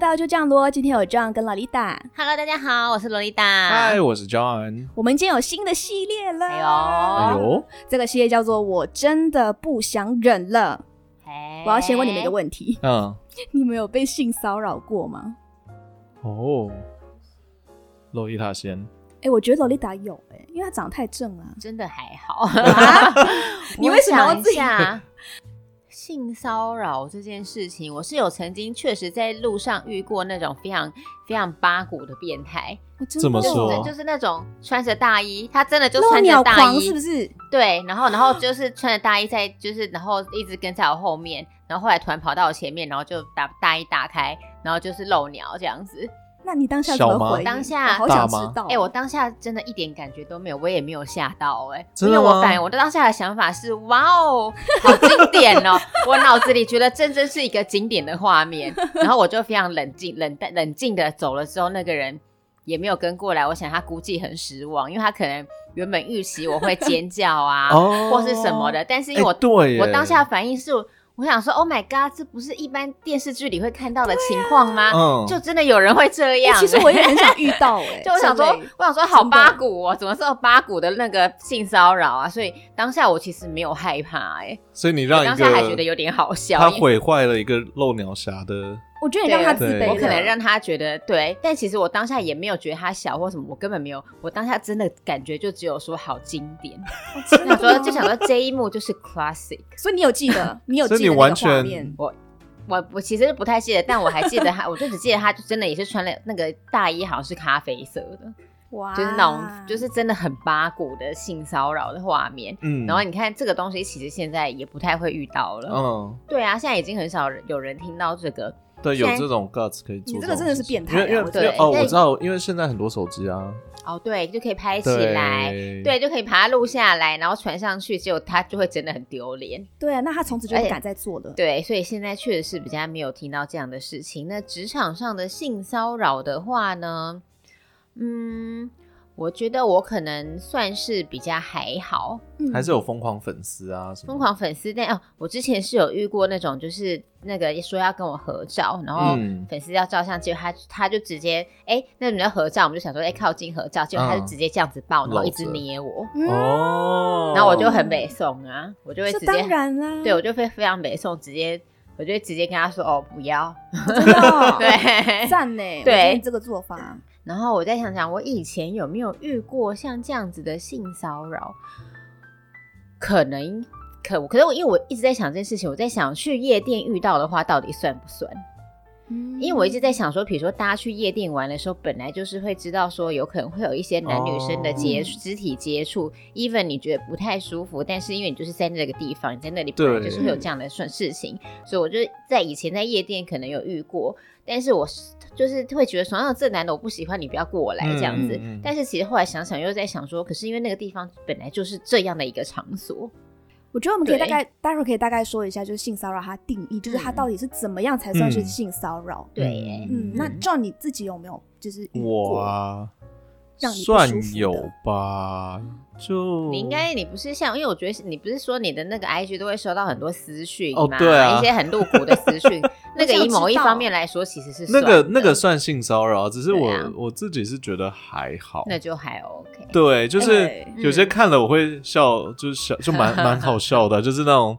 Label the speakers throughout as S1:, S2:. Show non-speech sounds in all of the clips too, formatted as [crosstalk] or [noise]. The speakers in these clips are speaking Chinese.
S1: 到就这样咯。今天有 John 跟 Lolita，
S2: Hello，大家好，我是洛丽达。
S3: 嗨，我是 John。
S1: 我们今天有新的系列了。
S2: 哎
S3: 哎
S2: 呦
S3: 呦，
S1: 这个系列叫做“我真的不想忍了”。
S2: 哎
S1: 我要先问你们一个问题： [laughs]
S3: 嗯，
S1: 你们有被性骚扰过吗？
S3: 哦，洛丽塔先，
S1: 哎、我觉得 Lolita 有哎、因为她长得太正了、啊
S2: 真的还
S1: [laughs]
S2: 好。
S1: 你为什么要自己
S2: 我想一下性骚扰这件事情？我是有曾经确实在路上遇过那种非常非常八股的变态，
S1: 我真的
S3: 这么
S2: 就是
S3: 说
S2: 就是那种穿着大衣，他真的就
S1: 漏
S2: 穿
S1: 鸟
S2: 着大
S1: 狂
S2: 衣，
S1: 是不是？
S2: 对，然后然后就是穿着大衣在，就是然后一直跟在我后面，然后后来突然跑到我前面，然后就把大衣打开，然后就是露鸟这样子。
S1: 那你当下怎么
S3: 小吗
S1: 回应？
S2: 当下
S1: 我好想知
S3: 大吗
S1: 道。
S2: 哎、我当下真的一点感觉都没有，我也没有吓到哎、
S3: 真
S2: 因
S3: 的
S2: 为
S3: 吗
S2: 我反我当下的想法是，哇哦，好经典哦！我脑子里觉得这真是一个经典的画面，然后我就非常冷静、冷淡、冷静的走了之后，那个人也没有跟过来，我想他估计很失望，因为他可能原本预期我会尖叫啊，
S3: [laughs] 哦
S2: 或是什么的，但是因为
S3: 哎
S2: 我、
S3: 对耶
S2: 我当下反应是。我想说，Oh my god，这不是一般电视剧里会看到的情况吗？
S3: 嗯
S2: 就真的有人会这
S1: 哎、
S2: 样、
S1: 其实我也很想遇到哎、
S2: [laughs] 就我想说
S1: 这类，
S2: 我想说好
S1: 真的
S2: 八股哦，怎么是有八股的那个性骚扰啊？所以当下我其实没有害怕、欸，
S3: 所以你
S2: 哎，
S3: 让一
S2: 当
S3: 个
S2: 下还觉得有点好笑。
S3: 他
S2: 因为
S3: 毁坏了一个漏鸟侠的，
S1: 我觉得你让他自卑
S3: 对
S1: 了
S2: 我可能让他觉得对，但其实我当下也没有觉得他小或什么，我根本没有，我当下真的感觉就只有说好经典，
S1: 哦真的
S2: 想说就
S1: 吗
S2: 想说这一幕就是 classic。 [laughs]
S1: 所以你有记得，你有记
S3: 所
S1: 得
S3: 以
S1: 那
S3: 你
S1: 个
S3: 完
S1: 画
S3: 全
S1: 面
S2: 我我其实不太记得，但我还记得他，我就只记得他就真的也是穿了那个大衣，好像是咖啡色的，
S1: 哇
S2: 就是那
S1: 啊
S2: 种就是真的很八股的性骚扰的画面。
S3: 嗯，
S2: 然后你看这个东西，其实现在也不太会遇到了。
S3: 嗯，
S2: 对啊，现在已经很少人有人听到这个。
S3: 对，有
S2: 现在
S3: 这种 guts 可以做
S1: 你
S3: 种事情。
S1: 这个真的是变态啊
S3: 因为因
S1: 我
S3: 为
S1: 觉
S2: 得
S3: 因为哦，
S2: 对
S3: 我知道，因为现在很多手机啊，
S2: 哦，对，就可以拍起
S3: 对
S2: 来，，对，就可以把它录下来，然后传上去，结果他就会真的很丢脸。
S1: 对啊，那他从此就不
S2: 而且
S1: 敢再做了。
S2: 哎对，所以现在确实是比较没有听到这样的事情。那职场上的性骚扰的话呢，嗯，我觉得我可能算是比较还好，
S1: 嗯
S3: 还是有疯狂粉丝啊什么
S2: 疯。狂粉丝，但哦，我之前是有遇过那种，就是那个说要跟我合照，然后
S3: 嗯
S2: 粉丝要照相，结果他他就直接哎，那你要合照，我们就想说哎靠近合照，结果他就
S3: 嗯
S2: 直接这样子抱，然后
S3: 搂
S2: 一直
S3: 着
S2: 捏我，
S1: 嗯
S3: 哦，
S2: 然后我就很北宋啊，我就会
S1: 这
S2: 直接
S1: 当然啦，
S2: 对我就会非常北宋，直接我就会直接跟他说哦不
S3: [laughs]
S2: 要，
S1: 真的 [laughs] 哦
S2: 对，
S1: 赞呢，
S2: 对
S1: 我觉得你这个做法，
S2: 然后我再想想，我以前有没有遇过像这样子的性骚扰？可能可可是我因为我一直在想这件事情，我在想去夜店遇到的话到底算不算？
S3: 嗯
S1: 嗯
S2: 因为我一直在想说，比如说大家去夜店玩的时候，本来就是会知道说有可能会有一些男女生的接、
S1: 哦
S2: 肢体接触，even 你觉得不太舒服，但是因为你就是在那个地方，你在那里
S3: 对
S2: 本来就是会有这样的事事情，所以我就在以前在夜店可能有遇过，但是我是就是会觉得说，啊，这男的我不喜欢，你不要过来这样子。
S3: 嗯嗯嗯
S2: 但是其实后来想想，又在想说，可是因为那个地方本来就是这样的一个场所，
S1: 我觉得我们可以大
S2: 对嗯
S1: 概，待会儿可以大概说一下，就是性骚扰它定义，就是它到底是怎么样才算是
S3: 嗯
S1: 性骚扰。
S2: 对耶
S1: 嗯，那 John 你自己有没有就是遇
S3: 我
S1: 过？
S3: 啊，
S1: 让你不舒服的
S3: 算有吧，就
S2: 你应该你不是像，因为我觉得你不是说你的那个 IG 都会收到很多私讯
S3: 哦
S2: 吗？
S3: 对啊
S2: 一些很露骨的私
S3: [laughs]
S2: 讯，那个
S1: 我想
S2: 以
S1: 知
S2: 某一
S1: 道
S2: 方面来说其实是
S3: 那
S2: 算
S3: 个
S2: 的
S3: 那个算性骚扰，只是
S2: 对
S3: 我、
S2: 啊
S3: 我自己是觉得还好。
S2: 那就嗯还 OK。
S3: 对，就是
S1: 对
S3: 有些看了我会笑，就是笑
S2: [laughs]
S3: 就蛮蛮好笑的，就是那种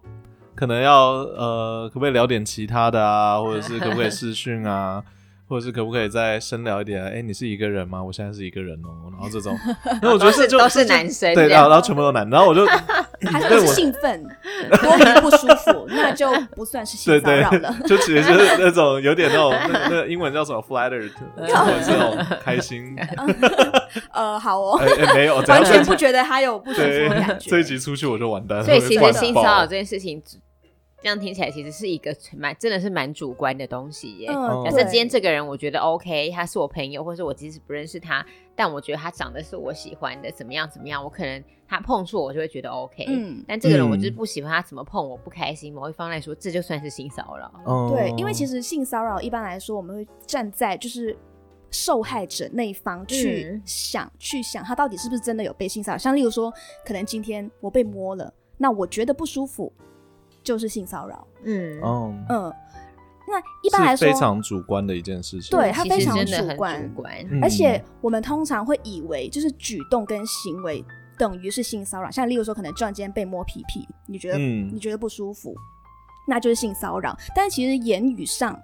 S3: 可能要呃，可不可以聊点其他的啊，或者是可不可以视讯
S2: [laughs]
S3: 啊，或者是可不可以再深聊一点、啊？哎，你是一个人吗？我现在是一个人哦，然后
S2: [laughs]
S3: 这种，然后我觉得
S2: 都是
S3: 就
S2: 都是
S3: 就
S2: 男生
S3: 对，
S2: 这
S3: 然
S2: 样
S3: 后然后全部都男，然后我就
S1: 还是
S3: 对
S1: 不是
S3: 我
S1: 兴奋，多于不舒服，那就不算是性
S3: 对
S1: 骚
S3: 对
S1: 扰了。，
S3: [laughs] 就其实就是那种有点那种那那个英文叫什么 flattered，或
S2: 嗯
S3: 者是那种开心，
S1: 呃，好
S3: [laughs]
S1: 哦，
S3: 哎哎没有，等
S1: 完
S3: 一下
S1: 全不觉得他有不舒服的感
S3: 对，这一
S1: 觉。
S3: 集出去我就完蛋了。
S2: 所以
S3: 我
S2: 其
S3: 就
S2: 实
S3: 完
S2: 性
S3: 爆
S2: 骚扰这件事情，这样听起来其实是一个蛮真的是蛮主观的东西耶。
S1: 嗯，
S3: 哦
S2: 假
S1: 对
S2: 设今天这个人我觉得 OK，他是我朋友，或者我即使不认识他，但我觉得他长得是我喜欢的，怎么样怎么样，我可能他碰触我就会觉得 OK。
S1: 嗯
S2: 但这个人我
S3: 嗯
S2: 就是不喜欢他怎么碰我不开心，某一方来说这就算是性骚扰。
S3: 哦
S1: 对，因为其实性骚扰一般来说，我们会站在就是受害者那一方去
S2: 嗯
S1: 想，去想他到底是不是真的有被性骚扰。像例如说，可能今天我被摸了，那我觉得不舒服，就是性骚扰。
S2: 嗯，
S3: 嗯
S1: 嗯，那一般来
S3: 是
S1: 说
S3: 非常主观的一件事情。
S1: 对它
S2: 其
S1: 非
S2: 实
S1: 常
S2: 真的
S1: 主
S2: 很
S1: 观
S2: 观
S3: 嗯
S1: 而且我们通常会以为就是举动跟行为等于是性骚扰，像例如说可能 John 今天被摸屁屁，你觉得、
S3: 嗯
S1: 你觉得不舒服，那就是性骚扰。但其实言语上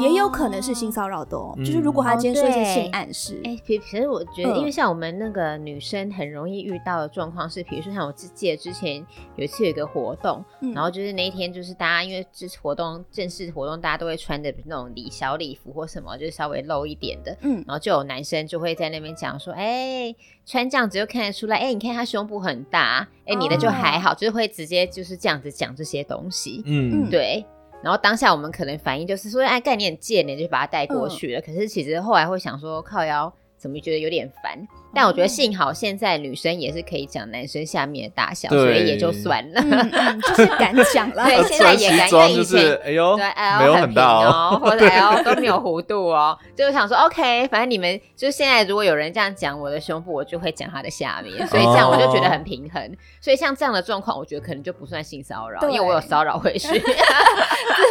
S1: 也有可能是性
S2: 扰。
S1: 骚扰的哦，
S3: 嗯
S1: 就是如果他今天说一些性
S2: 哦对
S1: 暗示，
S2: 哎、其其实我觉得，因为
S1: 嗯
S2: 像我们那个女生很容易遇到的状况是，比如说像我自记得之前有一次有一个活动，
S1: 嗯
S2: 然后就是那一天就是大家因为这活动正式活动，大家都会穿的那种礼小礼服或什么，就是稍微露一点的。
S1: 嗯
S2: 然后就有男生就会在那边讲说，哎、穿这样子就看得出来，哎、你看他胸部很大，哎、你的就还好，就是会直接就是这样子讲这些东西。
S3: 嗯
S1: 嗯，
S2: 对。然后当下我们可能反应就是说，哎，概念贱，你就把它带过去了。可是其实后来会想说，靠腰怎么觉得有点烦？但我觉得幸好现在女生也是可以讲男生下面的大小，
S3: 对
S2: 所以也就算了。
S1: 嗯嗯，就是敢讲了，
S2: [laughs] 对
S3: 呃
S2: 现在
S3: 穿
S2: 也
S3: 西
S2: 敢
S3: 装
S2: 因为
S3: 就
S2: 以前
S3: 是哎呦，
S2: 对，L
S3: 没有很
S2: 平
S3: 大哦，
S2: 哦，或者 L 都没有弧度哦，就是想说 OK，反正你们就现在如果有人这样讲我的胸部，我就会讲他的下面，所以这样我就
S3: 哦
S2: 觉得很平衡。所以像这样的状况，我觉得可能就不算性骚扰，
S1: 对
S2: 因为我有骚扰回去。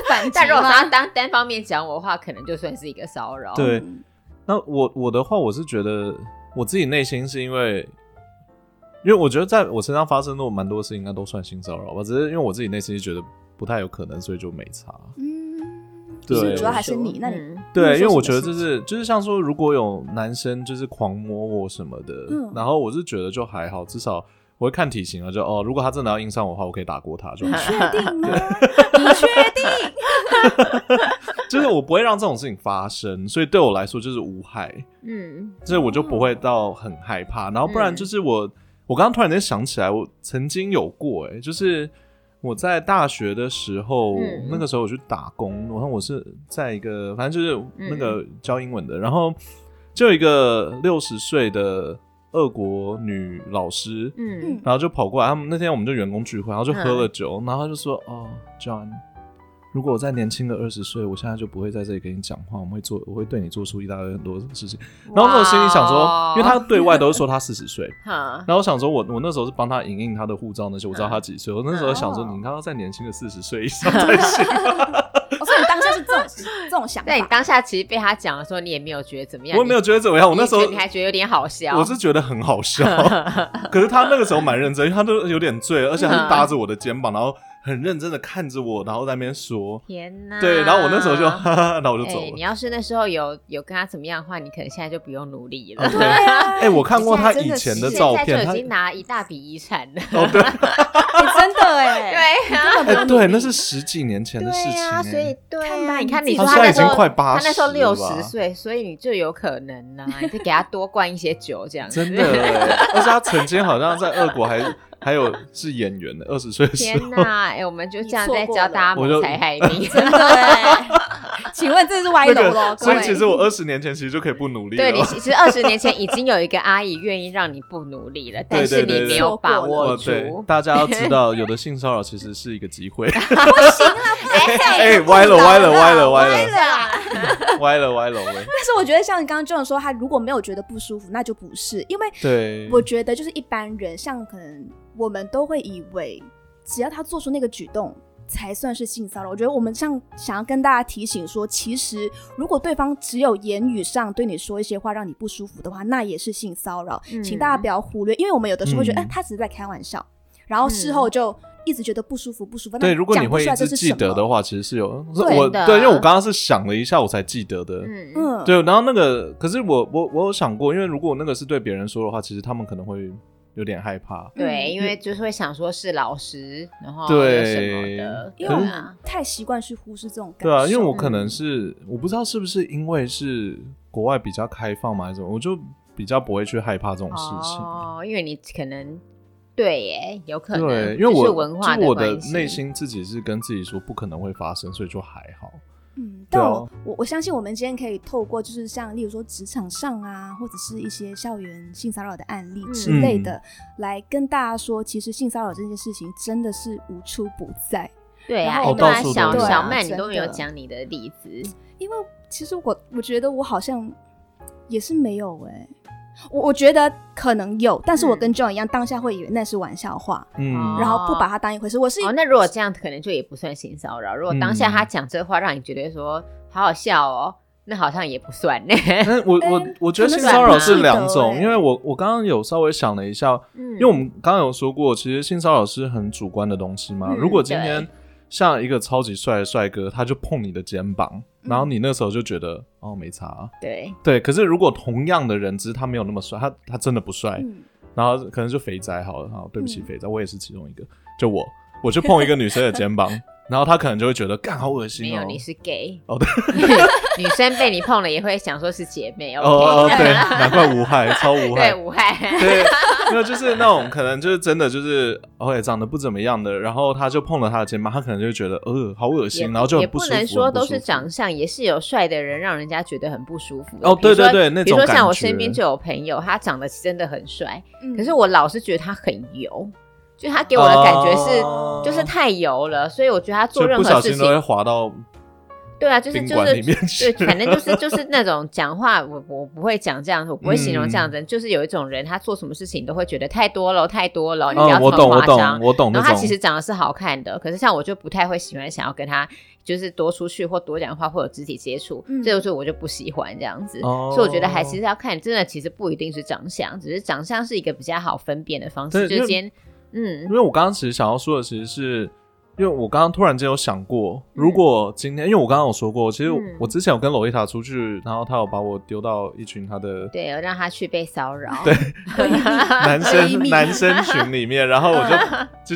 S1: 反
S2: [laughs] 但如果他
S1: 他
S2: 单单方面讲我的话，可能就算是一个骚扰。
S3: 对
S1: 嗯
S3: 那我我的话，我是觉得我自己内心是因为，因为我觉得在我身上发生的蛮多事情，应该都算性骚扰吧。只是因为我自己内心是觉得不太有可能，所以就没差。
S1: 嗯，
S3: 对
S1: 所以主要还是你，那你
S2: 嗯
S3: 对，因为
S1: 说
S3: 我
S1: 什
S3: 觉
S1: 么
S3: 得就是就是像说，如果有男生就是狂摸我什么的，
S1: 嗯
S3: 然后我是觉得就还好，至少我会看体型啊，就哦，如果他真的要硬上我的话，我可以打过他，就好 [laughs]
S1: 确定吗？你确定？
S3: 就是我不会让这种事情发生，所以对我来说就是无害。
S2: 嗯，
S3: 所以我就不会到很害怕。然后不然
S2: 嗯
S3: 就是我，我刚刚突然间想起来，我曾经有过、欸，就是我在大学的时候，
S2: 嗯
S3: 那个时候我去打工，然后我是在一个，反正就是那个
S2: 嗯
S3: 教英文的，然后就有一个六十岁的俄国女老师，
S2: 嗯
S3: 然后就跑过来，他们那天我们就员工聚会，然后就喝了酒，然后他就说：“哦，John，如果我再年轻个二十岁，我现在就不会在这里跟你讲话，我们会做，我会对你做出一大堆很多事情。”然后那我心里想说
S2: 哇，
S3: 因为他对外都是说他四十岁，
S2: 哈，
S3: 然后我想说我我那时候是帮他影印他的护照那些，我知道他几岁，我那时候想说，你应该要再年轻个四十岁以上才行。
S1: 我哦说你当下是这种这种想
S2: 那你
S1: 法，
S2: 当下其实被他讲的时候，你也没有觉得怎么样，
S3: 我也没有觉得怎么样，
S2: 你，
S3: 我那时
S2: 你
S3: 候
S2: 觉得你还觉得有点好笑，
S3: 我是觉得很好
S2: [laughs]
S3: 笑，可是他那个时候蛮认真，因为他都有点
S2: 嗯
S3: 醉了，而且他就搭着我的肩膀，然后很认真的看着我，然后在那边说。
S2: 天哪，
S3: 对，然后我那时候就， [laughs] 哈哈哈，那我就走
S2: 哎你
S3: 了。
S2: 要是那时候有有跟他怎么样的话，你可能现在就不用努力了。
S3: 啊对
S1: 对啊，
S3: 哎，我看过他以前的照
S2: 现
S3: 片，
S2: 在
S3: 他
S2: 就已经拿一大笔遗产了。
S3: 哦对，
S1: 你真的哎，
S2: 对啊，
S1: 真的不
S3: 哎
S1: 努
S3: 对，
S1: 力
S3: 那 [laughs] 是十几年前的事情
S2: 对啊，
S3: 哎。
S2: 所以对
S1: 看
S2: 啊，
S1: 吧
S2: 你看
S1: 你
S2: 你
S1: 自
S2: 说
S1: 己
S2: 他那时
S3: 他现在已
S2: 候
S3: 经快
S2: 他那时候
S3: 80
S2: 六
S3: 了吧
S2: 十岁，所以你就有可能呐，你就给他多灌一些酒这样子。[laughs]
S3: 真的哎，而且他曾经好像在俄国还还有是演员的，二十岁的时
S2: 天
S3: 候。
S2: 呐，哎、我们就这样在教大家
S3: 哦我就
S2: 谋财害
S3: [laughs]
S2: 命。
S1: 真的哎，请问这是歪
S3: 那
S1: 楼喽
S3: 个，？所以
S1: 各位
S3: 其实我二十年前其实就可以不努力
S2: 对你，
S3: 了。
S2: 其实二十年前已经有一个阿姨愿意让你不努力了，但是
S3: [laughs] 对
S2: 你
S3: 对
S2: 没有把握
S3: 哦，
S2: 住。
S3: 对，大家要知道，有的性骚扰其实是一个
S1: [laughs]
S3: 机会。
S1: 哎
S3: 哎歪了歪了歪了歪
S2: 啊
S3: 了
S1: 了。
S3: 歪了歪了喂，
S1: 但是我觉得像你刚刚这种说，他如果没有觉得不舒服，那就不是，因为
S3: 对，
S1: 我觉得就是一般人，像可能我们都会以为，只要他做出那个举动。才算是性骚扰。我觉得我们像想要跟大家提醒说，其实如果对方只有言语上对你说一些话让你不舒服的话，那也是性骚扰。
S2: 嗯
S1: 请大家不要忽略，因为我们有的时候会觉得，
S3: 嗯
S1: 哎、他只是在开玩笑，然后事后就一直觉得不舒服，不舒服。那
S3: 对，如果你
S1: 讲不
S3: 会
S1: 出
S3: 一
S1: 来这是
S3: 直记
S1: 什
S3: 得
S1: 么
S3: 的，话，其实是有
S1: 对
S3: 我
S2: 的
S3: 对，因为我刚刚是想了一下，我才记得的。
S2: 嗯，
S1: 嗯，
S3: 对，然后那个，可是我我我有想过，因为如果那个是对别人说的话，其实他们可能会有点害怕。
S1: 嗯
S2: 对，因为就是会想说是老师，然后
S3: 对
S2: 有什么的，
S1: 因为我
S2: 对
S1: 们
S2: 啊
S1: 太习惯去忽视这种感受。
S3: 对啊，因为我可能是我不知道是不是因为是国外比较开放嘛，还是什么，我就比较不会去害怕这种事情。
S2: 哦，因为你可能对耶，有可能
S3: 对，因为
S2: 就
S3: 我
S2: 是文化
S3: 就是我的
S2: 关系
S3: 内心自己是跟自己说不可能会发生，所以就还好。
S1: 嗯，
S3: 对
S1: 但
S3: 啊
S1: 我、我我相信我们今天可以透过就是像例如说职场上啊，或者是一些校园性骚扰的案例之类
S2: 嗯
S1: 的，来跟大家说，其实性骚扰这件事情真的是无处不在。
S2: 对啊，
S1: 然
S2: 哎
S1: 后
S3: 我
S2: 不然
S3: 哦到处都
S2: 小
S3: 有
S2: 小
S3: 对啊
S2: 曼你都
S1: 真
S2: 没有
S1: 的
S2: 讲你的例子
S1: 因为其实我我觉得我好像也是没有哎、我我觉得可能有，但是我
S2: 嗯
S1: 跟 John 一样，当下会以为那是玩笑话，
S3: 嗯
S2: 哦
S1: 然后不把它当一回事。我是
S2: 哦，那如果这样，可能就也不算性骚扰。如果当下
S3: 嗯
S2: 他讲这话，让你觉得说好好笑哦，那好像也不算呢。
S3: [laughs]
S2: [laughs]
S3: 但我我
S1: 哎
S3: 我觉得
S1: 真
S3: 性
S2: 的
S3: 骚扰
S2: 很
S3: 是
S1: 记
S3: 两
S1: 得
S3: 种，
S1: 哎
S3: 因为我我刚刚有稍微想了一下，
S2: 嗯
S3: 因为我们刚刚有说过，其实性骚扰是很主观的东西嘛。
S2: 嗯
S3: 如果今天
S2: 对
S3: 像一个超级帅的帅哥，他就碰你的肩膀，
S2: 嗯
S3: 然后你那时候就觉得哦没差啊，
S2: 对
S3: 对。可是如果同样的人，只是他没有那么帅，他他真的不帅，
S1: 嗯，
S3: 然后可能就肥宅好了，好对不起
S1: 嗯
S3: 肥宅，我也是其中一个，就我我去碰一个女生的
S2: [laughs]
S3: 肩膀，然后他可能就会觉得干好恶
S2: 没
S3: 心
S2: 有
S3: 哦。
S2: 你是 gay
S3: 哦对，
S2: [laughs] 女生被你碰了也会想说是姐妹，OK，
S3: 哦哦对，难怪
S2: [laughs]
S3: 无害，超无害
S2: 对，无害，
S3: 对，没有，就是那种可能就是真的就是，OK，长得不怎么样的，然后他就碰了他的肩膀，他可能就会觉得，呃，好恶
S2: 也
S3: 心，然后就
S2: 也
S3: 很
S2: 不
S3: 舒服。
S2: 能说
S3: 很不
S2: 都
S3: 舒
S2: 是
S3: 服
S2: 长相，也是有帅的人让人家觉得很不舒服的。
S3: 哦
S2: 比如
S3: 对
S2: 说
S3: 对对那
S2: 比如
S3: 种
S2: 说像
S3: 感
S2: 我身边
S3: 觉
S2: 就有朋友，他长得真的很帅，
S1: 嗯
S2: 可是我老是觉得他很油，就他给我的感觉是。
S3: 哦
S2: 就是太油了，所以我觉得他做
S3: 就
S2: 任
S3: 不小
S2: 何事
S3: 心都会
S2: 情，
S3: 滑到
S2: 对啊，就是
S3: 宾
S2: 就
S3: 馆里
S2: 是
S3: 面
S2: 对
S3: 去，。
S2: 反正
S3: [laughs]
S2: 就是就是那种讲话，我我不会讲这样子，我不会形容这样
S3: 嗯
S2: 子，就是有一种人，他做什么事情都会觉得太多了，太多哦了，你不要
S3: 嗯，
S2: 这
S3: 我懂，
S2: 么
S3: 我
S2: 夸张
S3: 懂，。我懂那
S2: 然
S3: 种。
S2: 后他其实长得是好看的，可是像我就不太会喜欢想要跟他就是多出去或多讲话或有肢体接触，
S1: 嗯
S2: 这就是我就不喜欢这样子。
S3: 哦
S2: 所以我觉得还其实要看，真的其实不一定是长相，只是长相是一个比较好分辨的方式。
S3: 对
S2: 就
S3: 因为
S2: 今天，嗯
S3: 因，为我刚刚其实想要说的，其实是因为我刚刚突然间有想过，如果今天，因为我刚刚有说过，其实我
S2: 嗯
S3: 我之前有跟洛丽塔出去，然后她有把我丢到一群她的
S2: 对，要让他去被骚扰。
S3: 对 [laughs]
S1: 闺蜜
S3: 男
S1: 闺
S3: 生
S1: 蜜
S3: 男生群里面，然后我就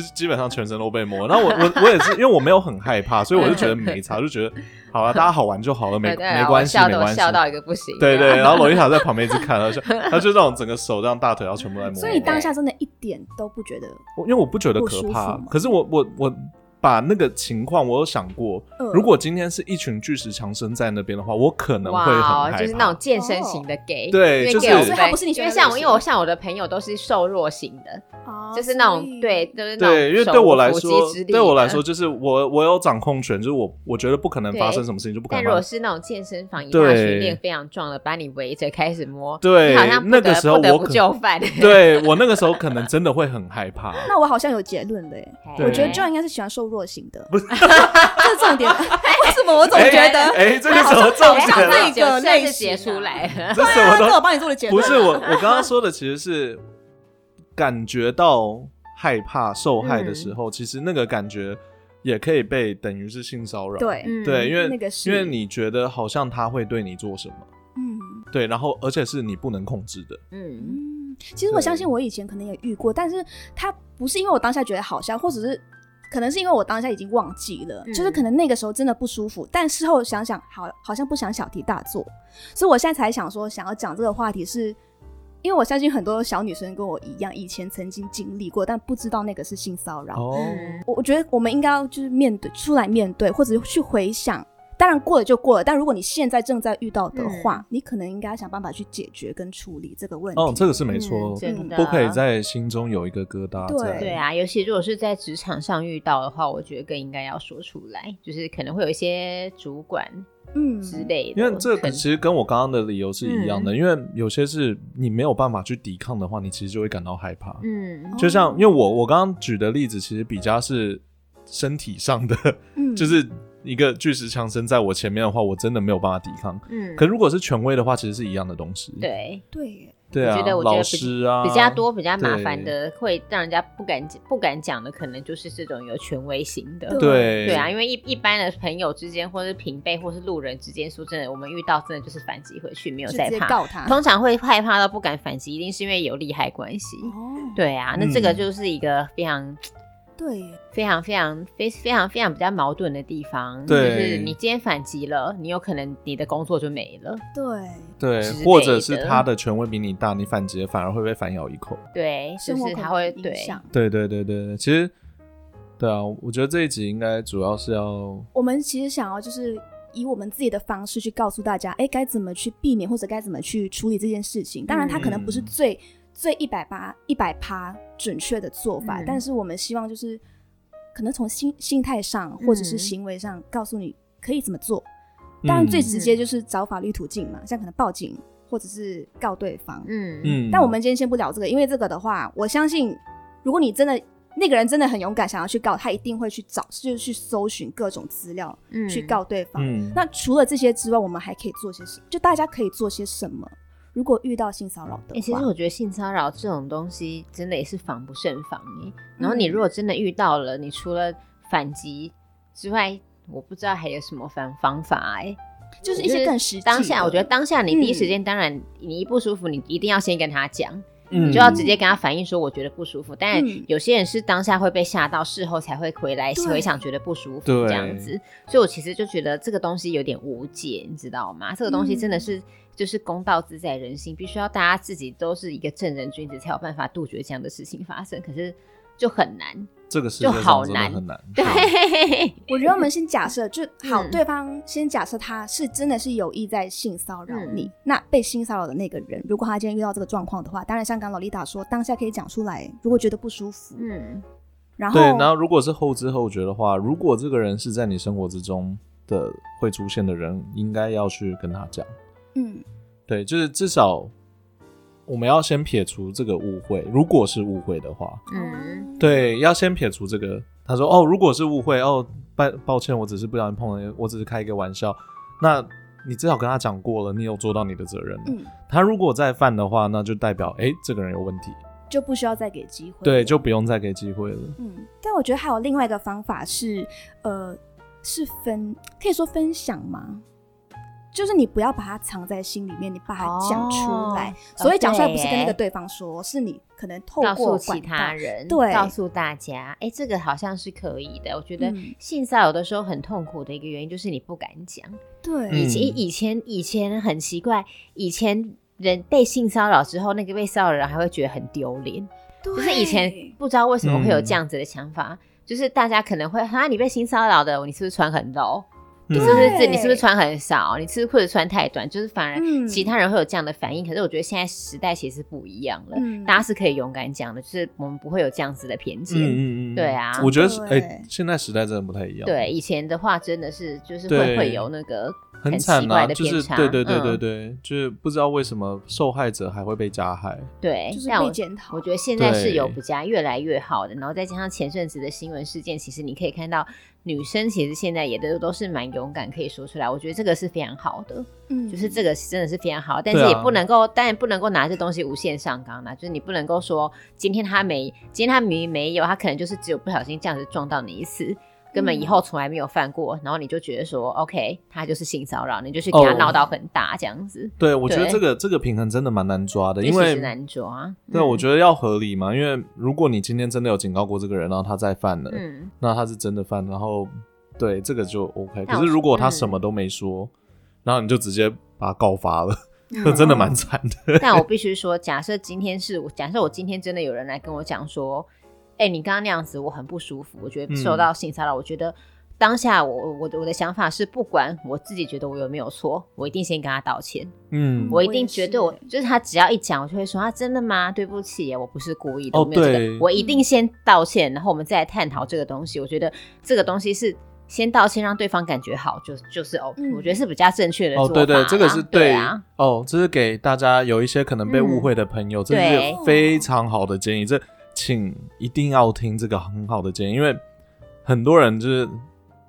S2: [laughs]
S3: 就是基本上全身都被摸。然后我我我也是，因为我没有很害怕，所以我就觉得没差，就觉得好啊了，大家好玩就好了，没
S2: [laughs] 对对啊
S3: 没关系，
S2: 我笑
S3: 没
S2: 的我
S3: 关系。
S2: 笑到一个不行。啊
S3: 对对，哦然后罗丽塔在旁边一直看，然后就然后就那种整个手这样大腿，然后全部在摸。
S1: 所以
S2: 欸
S1: 你当下真的一点都不觉得，
S3: 我因为我不觉得可
S1: 不舒服
S3: 怕
S1: 吗，
S3: 可是我我我把那个情况我有想过，
S2: 嗯
S1: 呃
S3: 如果今天是一群巨石强森在那边的话，我可能会很害
S2: 哇，哦
S3: 怕。
S2: 就是那种健身型
S1: 哦
S2: 的 gay，因
S3: 对
S2: 为
S3: 就是
S2: gay 有分
S3: 所以
S1: 它不是你喜
S2: 因
S1: 欢
S2: 为
S1: 的
S2: 像
S1: 类
S2: 我，
S1: 型
S2: 因为我像我的朋友都是瘦弱型的，
S1: 哦
S2: 就是那
S1: 所以
S2: 种对，就是那种
S3: 对，因为
S2: 手
S3: 对我
S2: 无
S3: 来
S2: 缚鸡
S3: 说
S2: 之，力
S3: 对我来
S2: 的
S3: 说，。就是我我有掌控权，就是我我觉得不可能发生什么事情，就不可
S2: 但如
S3: 能发
S2: 果
S3: 生。
S2: 是那种健身房一大
S3: 对
S2: 群练非常壮的，把你围着开始摸，
S3: 对
S2: 你好像不
S3: 那个
S2: 得
S3: 时候
S2: 不得
S3: 我
S2: 不
S3: 可
S2: 就范。 [laughs]
S3: 对我那个时候可能真的会很害怕。
S1: 那我好像有结论了欸耶。
S3: 对
S1: 我觉得 John
S2: [laughs]
S1: 应该是喜欢瘦弱型的，不是， [laughs] 这是重点。为什么我总
S3: 哎
S1: 觉得
S3: 哎，这个什么重
S1: 好像
S3: 点
S1: 好像这个
S3: 啊？
S1: 类
S2: 是
S1: 型
S2: 结
S1: 啊
S2: 出来了。 [laughs]
S3: 这什么
S1: 这我
S3: 都
S1: 帮你做的结
S3: 不
S1: 论
S3: 是我，我刚刚说的其实是感觉到害怕、受害的
S2: 嗯
S3: 时候，其实那个感觉也可以被等于是性骚扰。
S1: 对，
S2: 嗯
S3: 对，因为
S1: 那个是
S3: 因为你觉得好像他会对你做什么，
S1: 嗯
S3: 对，然后而且是你不能控制的。
S2: 嗯，
S1: 嗯，其实我相信我以前可能也遇过，但是他不是因为我当下觉得好笑，或者是可能是因为我当下已经忘记了，
S2: 嗯
S1: 就是可能那个时候真的不舒服，但事后想想，好好像不想小题大做，所以我现在才想说想要讲这个话题是。因为我相信很多小女生跟我一样，以前曾经经历过，但不知道那个是性骚扰。
S3: 哦
S2: 嗯
S1: 我我觉得我们应该要就是面对出来面对，或者是去回想。当然过了就过了，但如果你现在正在遇到的
S2: 嗯
S1: 话，你可能应该想办法去解决跟处理这个问题。
S3: 哦，这个 [laughs] 是没错
S2: 嗯，真的
S3: 不可以
S1: 啊
S3: 在心中有一个疙瘩在。
S1: 对
S2: 对啊，尤其如果是在职场上遇到的话，我觉得更应该要说出来，就是可能会有一些主管
S1: 嗯，
S2: 之类的，
S3: 因为这
S2: 可
S3: 个其实跟我刚刚的理由是一
S2: 嗯
S3: 样的，因为有些是你没有办法去抵抗的话，你其实就会感到害怕。
S2: 嗯，
S3: 就像
S1: 哦
S3: 因为我我刚刚举的例子，其实比较是身体上的， [laughs]
S1: 嗯
S3: 就是一个巨石强森在我前面的话，我真的没有办法抵抗。
S2: 嗯，
S3: 可如果是权威的话，其实是一样的东西。
S2: 对，
S1: 对耶，
S3: 对啊，
S2: 我觉得我觉得
S3: 老师啊
S2: 比较多比较麻
S3: 对
S2: 烦的，会让人家不敢不敢讲的，可能就是这种有权威型的。
S3: 对
S2: 对啊，因为一一般的朋友之间，或是平辈，或是路人之间，说真的，我们遇到真的就是反击回去，没有
S1: 就
S2: 在
S1: 直接
S2: 怕。
S1: 告他。
S2: 通常会害怕到不敢反击，一定是因为有利害关系。
S1: 哦，
S2: 对啊，那这
S3: 嗯
S2: 个就是一个非常
S1: 对耶，
S2: 非常非常非非常非常比较矛盾的地方，
S3: 对
S2: 就是你今天反击了，你有可能你的工作就没了，
S1: 对，
S3: 对
S2: 之，类
S3: 或者是
S2: 的
S3: 他的权威比你大，你反击反而会被反咬一口。
S2: 对，就
S1: 生活
S2: 是
S1: 可
S2: 他
S1: 能
S2: 会
S1: 影
S2: 对，
S1: 响。
S3: 对对对对对，其实对啊，我觉得这一集应该主要是要
S1: 我们其实想要就是以我们自己的方式去告诉大家，哎，该怎么去避免或者该怎么去处理这件事情。当然，它可能不是
S3: 嗯
S1: 最、最一百八一百趴准确的做法，
S2: 嗯
S1: 但是我们希望就是可能从心心态上或者是
S2: 嗯
S1: 行为上告诉你可以怎么做。当然，最直接就是找法律途径嘛，像可能报警，或者是告对方。
S2: 嗯嗯，
S3: 嗯，
S1: 但我们今天先不聊这个，因为这个的话，我相信如果你真的那个人真的很勇敢，想要去告，他一定会去找，就是去搜寻各种资料、去告对方。
S3: 嗯，
S1: 那除了这些之外，我们还可以做些什？就大家可以做些什么？如果遇到性骚扰的
S2: 哎、其
S1: 话，
S2: 实我觉得性骚扰这种东西真的也是防不胜防耶。然后
S1: 嗯
S2: 你如果真的遇到了，你除了反击之外，我不知道还有什么方方法哎。
S1: 就是一些更实际的。
S2: 当下，我觉得当下你第一时
S1: 嗯
S2: 间，当然你一不舒服，你一定要先跟他讲，
S3: 嗯
S2: 你就要直接跟他反映说我觉得不舒服。但
S1: 嗯
S2: 有些人是当下会被吓到，事后才会回来
S1: 对
S2: 回想觉得不舒服
S3: 对
S2: 这样子。所以我其实就觉得这个东西有点无解，你知道吗？这个东西真的
S1: 嗯
S2: 是。就是公道自在人心，必须要大家自己都是一个正人君子，才有办法杜绝这样的事情发生。可是就很难，
S3: 这个世界
S2: 就好
S3: 上真的
S2: 难
S3: 很难，
S2: 对，
S1: 我觉得我们先假设，就好，
S2: 嗯
S1: 对方先假设他是真的是有意在性骚扰
S2: 嗯
S1: 你。那被性骚扰的那个人，如果他今天遇到这个状况的话，当然像刚刚老丽达说，当下可以讲出来，如果觉得不舒服，
S2: 嗯，
S1: 然后
S3: 对，然后如果是后知后觉的话，如果这个人是在你生活之中的会出现的人，应该要去跟他讲。
S1: 嗯，
S3: 对，就是至少我们要先撇除这个误会，如果是误会的话，
S2: 嗯，
S3: 对，要先撇除这个。他说：“哦，如果是误会，哦，抱抱歉，我只是不小心碰了，我只是开一个玩笑。那你至少跟他讲过了，你有做到你的责任了。
S1: 嗯，
S3: 他如果再犯的话，那就代表哎、这个人有问题，
S1: 就不需要再给机会，
S3: 对，就不用再给机会了。
S1: 嗯，但我觉得还有另外一个方法是，呃，是分，可以说分享吗？就是你不要把它藏在心里面，你把它讲出来。
S2: 哦
S1: 所以讲出来
S2: 对
S1: 不是跟那
S2: 耶
S1: 个对方说，是你可能透
S2: 告
S1: 过
S2: 诉
S1: 管
S2: 其
S1: 道
S2: 他人，
S1: 对
S2: 告诉大家，哎、这个好像是可以的。我觉得
S1: 嗯
S2: 性骚扰的时候很痛苦的一个原因就是你不敢讲。以
S1: 对，
S3: 嗯
S2: 前以前以前很奇怪，以前人被性骚扰之后，那个被骚扰的人还会觉得很丢脸，
S1: 对
S2: 就是以前不知道为什么
S3: 嗯
S2: 会有这样子的想法。就是大家可能会啊，你被性骚扰的，你是不是穿很 low？
S3: 嗯
S2: 是不是
S1: 对
S2: 这你是不是穿很少？你是不是裤子穿太短？就是反
S1: 嗯
S2: 而其他人会有这样的反应。可是我觉得现在时代其实不一样了，
S1: 嗯
S2: 大家是可以勇敢讲的，就是我们不会有这样子的偏见。
S3: 嗯嗯嗯，
S2: 对啊
S3: 我觉得是哎、
S1: 对
S3: 现在时代真的不太一样，
S2: 对，，以前的话真的是就是会
S3: 对
S2: 会有那个
S3: 很
S2: 奇
S3: 惨
S2: 怪
S3: 啊，
S2: 的
S3: 就
S2: 偏
S3: 是
S2: 差，
S3: 对对对对
S2: 嗯
S3: 对，就是不知道为什么受害者还会被加害，
S2: 对
S1: 就是
S2: 哎但
S1: 被
S2: 我
S1: 检讨。
S2: 我觉得现在是有
S3: 对
S2: 比较越来越好的，然后再加上前阵子的新闻事件，其实你可以看到女生其实现在也都都是蛮勇敢，可以说出来。我觉得这个是非常好的，
S1: 嗯
S2: 就是这个是真的是非常好，但
S3: 对
S2: 是
S3: 啊
S2: 也不能够，当然不能够拿这东西无限上纲啦，就是你不能够说今天他没，今天他明明没有，他可能就是只有不小心这样子撞到你一次。根本以后从来没有犯过，然后你就觉得说，OK，他就是性骚扰，你就去给他
S3: 哦
S2: 闹到很大这样子，
S3: 对我觉得
S2: 对
S3: 这个这个平衡真的蛮难抓的，因
S2: 其
S3: 为
S2: 实难嗯抓。
S3: 对，
S2: 得，
S3: 我觉得要合理嘛，因为如果你今天真的有警告过这个人，然后他再犯了，
S2: 嗯，
S3: 那他是真的犯，然后对这个就 OK。
S2: 但
S3: 可
S2: 我
S3: 是如果他
S2: 嗯
S3: 什么都没说，然后你就直接把他告发了，
S2: 嗯
S3: [laughs] 这真的蛮惨的。
S2: [laughs] 但我必须说，假设今天是我，假设我今天真的有人来跟我讲说，哎、你刚刚那样子，我很不舒服，我觉得
S3: 嗯
S2: 受到性骚扰，我觉得当下我我我的我的想法是，不管我自己觉得我有没有错，我一定先跟他道歉，
S3: 嗯，
S2: 我一
S1: 我也
S2: 定
S1: 是
S2: 绝对我就是他只要一讲，我就会说啊，真的吗？对不起，我不是故意的，
S3: 哦
S2: 我没有这个
S3: 对，
S2: 我一定先道歉，然后我们再来探讨这个东西。我觉得这个东西是。先道歉，让对方感觉好，就就是哦，
S1: 嗯
S2: 我觉得是比较正确的做
S3: 哦，
S2: 法啦。
S3: 对对，这个是
S2: 对啊，嗯
S3: 哦，这是给大家有一些可能被误会的朋友，这
S2: 对
S3: 是非常好的建议。这请一定要听这个很好的建议，因为很多人就是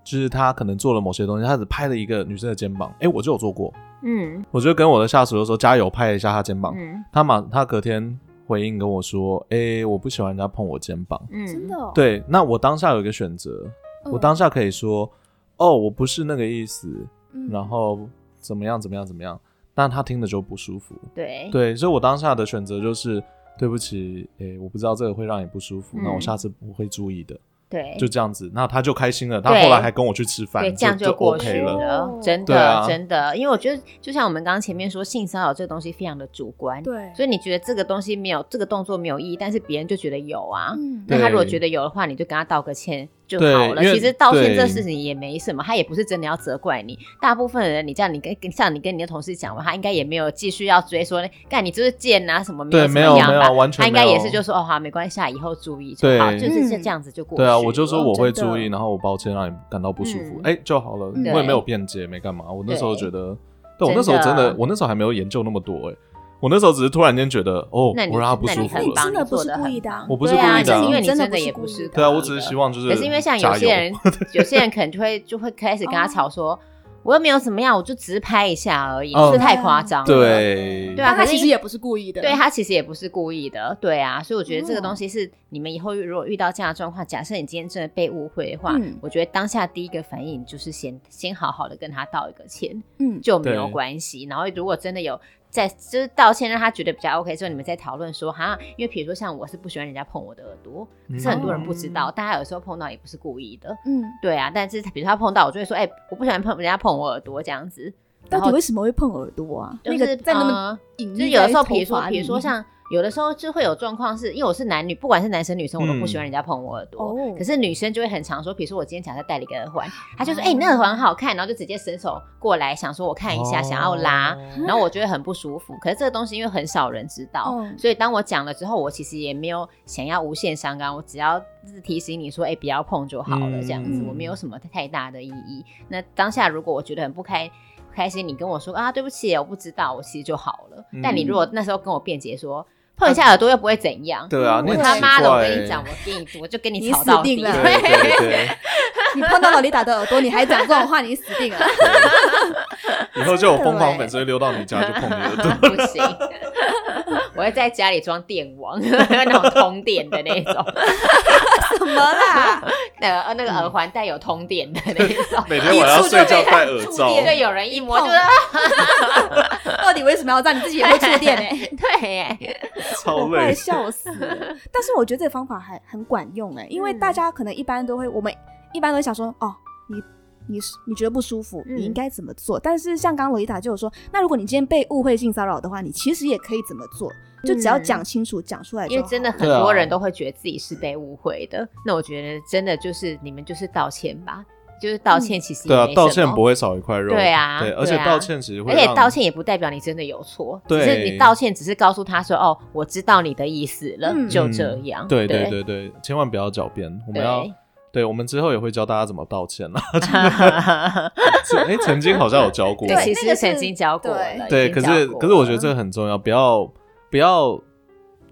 S3: 就是他可能做了某些东西，他只拍了一个女生的肩膀，哎，我就有做过，
S2: 嗯
S3: 我就跟我的下属就说加油，拍了一下她肩膀，
S2: 嗯
S3: 他马他隔天回应跟我说，哎，我不喜欢人家碰我肩膀。
S2: 嗯，
S1: 真的、哦，
S3: 对，那我当下有一个选择，
S1: 嗯
S3: 我当下可以说，哦，我不是那个意思，
S1: 嗯
S3: 然后怎么样怎么样怎么样，但他听了就不舒服。
S2: 对
S3: 对，所以我当下的选择就是，对不起，诶、我不知道这个会让你不舒服，
S2: 嗯
S3: 那我下次我会注意的，
S2: 对
S3: 就这样子。那他就开心了，他
S2: 对
S3: 后来还跟我去吃饭，
S2: 对，这样
S3: 就
S2: 过
S3: OK
S2: 去
S3: 了。
S1: 哦
S2: 真
S3: 对
S2: 的、
S3: 啊
S2: 真的，因为我觉得就像我们刚刚前面说，性骚扰这个东西非常的主观，
S1: 对，
S2: 所以你觉得这个东西没有这个动作没有意义，但是别人就觉得有啊。
S1: 嗯
S2: 那他如果
S3: 对
S2: 觉得有的话，你就跟他道个歉就
S3: 对
S2: 好了。
S3: 因为
S2: 其实道歉
S3: 对
S2: 这事情也没什么，他也不是真的要责怪你。大部分人，你这样，你跟跟像你跟你的同事讲完，他应该也没有继续要追说，干你就是贱啊什么，
S3: 对
S2: 没
S3: 没有
S2: 怎么样
S3: 没有
S2: 吧
S3: 完全
S2: 他应该
S3: 没
S2: 也
S3: 有
S2: 是就说哦好，没关系，啊，以后注意就
S3: 对
S2: 好，就是这
S1: 嗯
S2: 这样子就过去
S3: 对
S2: 了。
S3: 啊，我就说我会
S1: 真的
S3: 注意，然后我抱歉让你感到不舒服
S2: 哦嗯，
S3: 哎、就好了，
S1: 嗯
S3: 我也没有辩解，没干嘛。我那时候
S2: 对
S3: 觉得，但我那时候真
S2: 真
S3: 的
S2: 的，
S3: 我那时候还没有研究那么多哎、我那时候只是突然间觉得，哦
S2: 那，你
S3: 我让他不
S2: 那
S3: 舒
S2: 你
S3: 服
S2: 很
S1: 那你
S3: 了
S2: 棒。
S1: 真的不是故意的啊，
S3: 我不是
S2: 对
S3: 故意的
S2: 啊，
S3: 啊
S2: 是因为你
S1: 真的
S2: 真的也
S1: 不
S2: 不
S1: 是
S2: 是
S1: 故意的
S3: 对啊，我只是希望就是，
S2: 可是因为像有些
S3: [laughs]
S2: 人，有些人可能就会就会开始跟
S1: 哦
S2: 他吵说，我又没有怎么样，我就只是拍一下而已，
S3: 嗯
S2: 这太夸张了。
S3: 对
S2: 对啊
S1: 但他
S2: 可是
S1: 其实也不是故意的，
S2: 对他其实也不是故意的，对啊，所以我觉得这个
S1: 哦
S2: 东西是你们以后如果遇到这样的状况，假设你今天真的被误会的话，
S1: 嗯
S2: 我觉得当下第一个反应就是先先好好的跟他道一个歉，
S1: 嗯，
S2: 就没有
S3: 对
S2: 关系。然后如果真的有在就是道歉让他觉得比较 OK 之后，你们再讨论说哈，因为比如说像我是不喜欢人家碰我的耳朵，可
S3: 嗯
S2: 是很多人不知
S3: 哦
S2: 道，大家有时候碰到也不是故意的，
S1: 嗯，
S2: 对啊。但是比如说他碰到我就会说，哎、我不喜欢碰人家碰我耳朵这样子，
S1: 到
S2: 然后
S1: 底为什么会碰耳朵啊？
S2: 就是、
S1: 那个在那么
S2: 呃
S1: 隐
S2: 就
S1: 匿
S2: 是有
S1: 在头发里，
S2: 的时候，比如说，比如说像有的时候就会有状况，是因为我是男女，不管是男生女生，我都不喜欢人家碰我耳朵。
S1: 哦
S2: 可是女生就会很常说，比如说我今天假设戴了一个耳环，
S1: 哦
S2: 她就说：“哎、你那耳环很好看。”然后就直接伸手过来，想说我看一下，想要拉，
S3: 哦
S2: 然后我觉得很不舒服。可是这个东西因为很少人知道，
S1: 嗯
S2: 所以当我讲了之后，我其实也没有想要无限上纲，我只要是提醒你说：“哎、不要碰就好了。”这样子，
S1: 嗯
S2: 我没有什么太大的意义。那当下如果我觉得很不开不开心，你跟我说啊，对不起，我不知道，我其实就好了。
S3: 嗯
S2: 但你如果那时候跟我辩解说碰一下耳朵又不会怎样，
S3: 对啊，
S2: 我
S3: 你很
S2: 他
S3: 奇
S2: 妈的，我
S3: 怪
S2: 跟你
S3: 欸
S2: 讲，我跟你我就跟你
S1: 你
S2: 吵
S1: 死
S2: 到底 [laughs]
S1: 定。了
S3: 对对对，
S1: 你碰到老李打的耳朵，你还讲这种话，你死
S2: [laughs]
S1: 定了。
S3: 以后就有疯狂
S1: 真的欸
S3: 粉丝会溜到你家就
S2: [laughs]
S3: 碰你耳朵。
S2: 不行，我会在家里装电网， [laughs] 那种通电的那种，
S1: 怎么 [laughs] 啦？
S2: 那个那
S1: 嗯
S2: 个耳环带有通电的那种。
S3: [laughs] 每天晚上睡觉戴耳罩，
S2: 对，有人一摸就
S1: 碰 [laughs] 到底为什么要这样？你自己也会触电哎、欸，
S2: [laughs] 对耶，
S3: 超
S1: 我快
S3: 累。
S1: 笑死了。 [laughs] 但是我觉得这个方法还很管用哎、因为
S2: 嗯
S1: 大家可能一般都会，我们一般都会想说，哦，你你你觉得不舒服，
S2: 嗯
S1: 你应该怎么做？但是像刚刚罗伊塔就有说，那如果你今天被误会性骚扰的话，你其实也可以怎么做？就只要
S2: 嗯
S1: 讲清楚，讲出来就好，
S2: 因为真的很
S3: 对啊
S2: 多人都会觉得自己是被误会的。那我觉得真的就是你们就是道歉吧，就是道歉，其实也
S3: 对啊
S2: 没，
S3: 道
S2: 什
S3: 歉
S2: 么
S3: 不会少一块肉。
S2: 对啊
S3: 对，
S2: 对啊
S3: 而且道歉其实会
S2: 而
S3: 让，
S2: 且道歉也不代表你真的有错，
S3: 对
S2: 只是你道歉只是告诉他说：“哦，我知道你的意思了，
S1: 嗯
S2: 就这样。
S3: 嗯对
S2: 对
S3: 对对对，千万不要狡辩。我们
S2: 对 [laughs]
S3: 要，对我们之后也会教大家怎么道歉啦。 [laughs] 哎，曾经好像有教过，
S2: 对
S1: 对
S2: 其
S1: 那个
S2: 实
S1: 是
S2: 曾经教过了，
S3: 对，
S2: 已
S3: 可
S2: 经
S3: 是
S2: 教过
S3: 可是我觉得
S2: 了
S3: 这个很重要，不要不要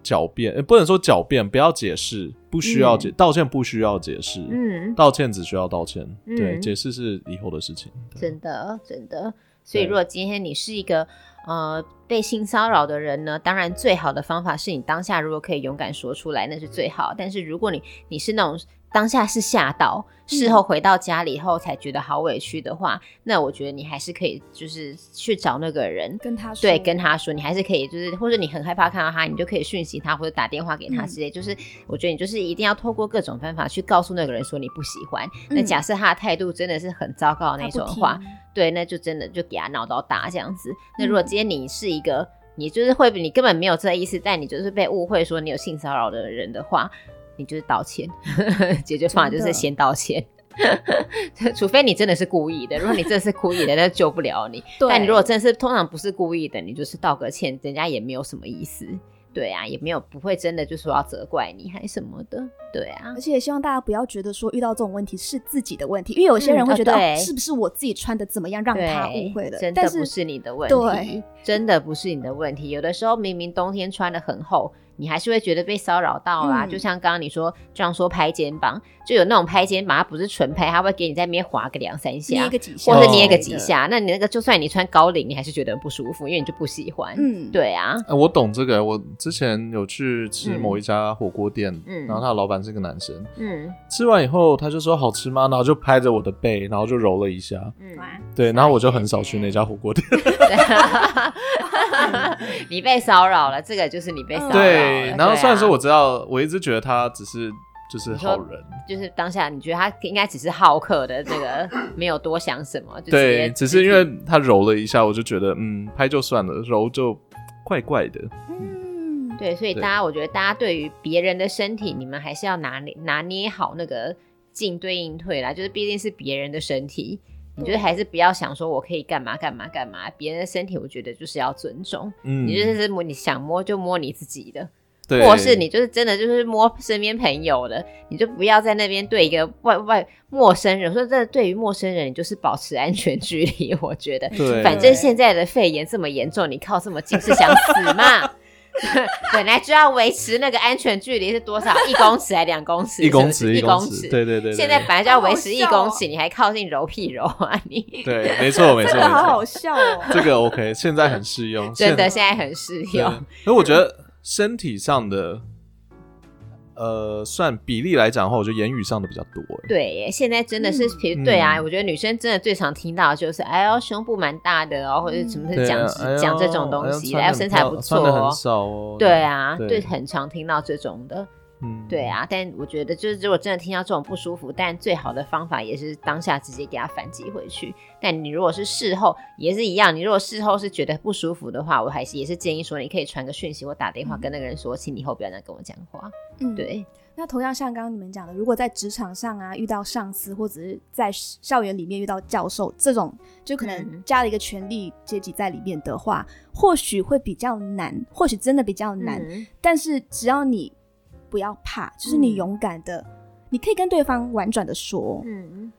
S3: 狡辩，呃不能说狡辩，不要解释，不需要解、道歉，不需要解释，
S2: 嗯，
S3: 道歉只需要道歉，
S2: 嗯
S3: 对，解释是以后的事情。对
S2: 真的真的。所以，
S3: 对
S2: 如果今天你是一个呃被性骚扰的人呢，当然最好的方法是你当下如果可以勇敢说出来，那是最好。但是如果你你是那种当下是吓到，事
S3: 嗯
S2: 后回到家里后才觉得好委屈的话，那我觉得你还是可以就是去找那个人
S1: 跟他说，
S2: 对，跟他说，你还是可以，就是或者你很害怕看到他，你就可以讯息他或者打电话给他
S1: 嗯
S2: 之类。就是我觉得你就是一定要透过各种方法去告诉那个人说你不喜欢。那
S1: 嗯
S2: 假设他的态度真的是很糟糕的
S1: 他
S2: 那
S1: 不
S2: 种的
S1: 听
S2: 话，，对，那就真的就给他闹到大这样子。那
S1: 嗯
S2: 如果今天你是一个，你就是会你根本没有这意思，但你就是被误会说你有性骚扰的人的话，你就是道歉，解决方法就是
S1: 真的
S2: 先道歉。 [laughs] 除非你真的是故意的，如果你真的是故意的，那救不了
S1: [laughs]
S2: 你。
S1: 对
S2: 但你如果真的是通常不是故意的，你就是道个歉，人家也没有什么意思。对啊，也没有不会真的就说要责怪你还什么的。对啊
S1: 而，且也希望大家不要觉得说遇到这种问题是自己的问题，因为有些人会觉得、
S2: 嗯啊对
S1: 哦是不是我自己穿的怎么样让他
S2: 对
S1: 误会了，
S2: 真
S1: 但
S2: 的
S1: 是
S2: 不是你的问
S1: 对
S2: 题，真的不是你的问题。有的时候明明冬天穿的很厚，你还是会觉得被骚扰到啦、
S1: 嗯
S2: 就像刚刚你说，这样说拍肩膀，就有那种拍肩膀，它不是纯拍，它会给你在那边划个两三
S1: 捏
S2: 下
S1: 一，个几下，
S2: 或是
S3: 哦
S2: 捏个几，下。那你那个就算你穿高领，你还是觉得很不舒服，因为你就不喜欢。
S1: 嗯，
S2: 对啊，
S3: 哎、我懂这个，我之前有去吃某一家火锅店，
S2: 嗯
S3: 然后他的老板是个男生，
S2: 嗯
S3: 吃完以后他就说好吃吗？然后就拍着我的背，然后就揉了一下，
S1: [laughs]
S2: 嗯。 [laughs]
S1: 哇
S3: 对，然后我就很少去那家火锅店，
S2: 对你被骚扰了，这个就是你被
S1: 嗯
S2: 骚扰了。
S3: 对，然后虽然
S2: 说
S3: 说我知道，我一直觉得他只是就是
S2: 啊说
S3: 好人，
S2: 就是当下你觉得他应该只是好客的那个，没有多想什么，就直接
S3: 对，只是因为他揉了一下，我就觉得嗯，拍就算了，揉就怪怪的。
S1: 嗯，
S2: 对，所以
S3: 对
S2: 大家我觉得大家对于别人的身体，你们还是要拿捏拿捏好那个进对应退啦，就是毕竟是别人的身体。你觉得还是不要想说我可以干嘛干嘛干嘛，别人的身体我觉得就是要尊重，
S3: 嗯，
S2: 你就是摸你想摸就摸你自己的，
S3: 对，
S2: 或是你就是真的就是摸身边朋友的，你就不要在那边对一个外外陌生人。我说真的，对于陌生人，你就是保持安全距离。我觉得，
S3: 对，
S2: 反正现在的肺炎这么严重，你靠这么近是想死吗？ [laughs] 本来就要维持那个安全距离是多少？一公尺还两公尺？
S3: 一公
S2: 是不
S3: 尺
S2: 是
S3: 一
S2: 一公
S3: 尺，对对对，对
S2: 现在本来就要维持一
S1: 好好
S2: 公
S1: 笑哦
S2: 尺，你还靠近揉屁揉啊你？
S3: 对，没错没错
S1: 真
S2: [laughs]
S3: 没
S1: 的好
S3: 错
S1: 好，笑哦。
S3: 这个 OK，现在很适用，
S2: 真的
S3: 现
S2: 现在很适
S3: 对
S2: 用。。
S3: 可我觉得身体上的，呃，算比例来讲的话，我觉得言语上的比较多。欸
S2: 对耶，现在真的是，
S1: 嗯
S2: 其实对啊，
S3: 嗯
S2: 我觉得女生真的最常听到的就是，哎呦，胸部蛮大的哦，或者
S1: 嗯
S2: 什么
S3: 对
S2: 是讲
S3: 啊哎呦
S2: 讲这种东西，
S3: 哎
S2: 哎
S3: 呦
S2: 呦，身材不错
S3: 穿的很
S2: 哦，
S3: 少哦。
S2: 对，啊，
S3: 对
S2: 对，很常听到这种的，
S3: 嗯，
S2: 对，啊。但我觉得，就是如果真的听到这种不舒服，但最好的方法也是当下直接给他反击回去。但你如果是事后也是一样，你如果事后是觉得不舒服的话，我还是也是建议说，你可以传个讯息或打电话跟那个人说，请你以后不要再跟我讲话。
S1: 嗯，。
S2: 对，
S1: 那同样像刚刚你们讲的，如果在职场上啊遇到上司，或者是在校园里面遇到教授这种，就可
S2: 嗯
S1: 能加了一个权力阶级在里面的话，或许会比较难，或许真的比较难。
S2: 嗯
S1: 但是只要你不要怕，就是你
S2: 嗯
S1: 勇敢的，你可以跟对方婉转的说。
S2: 嗯，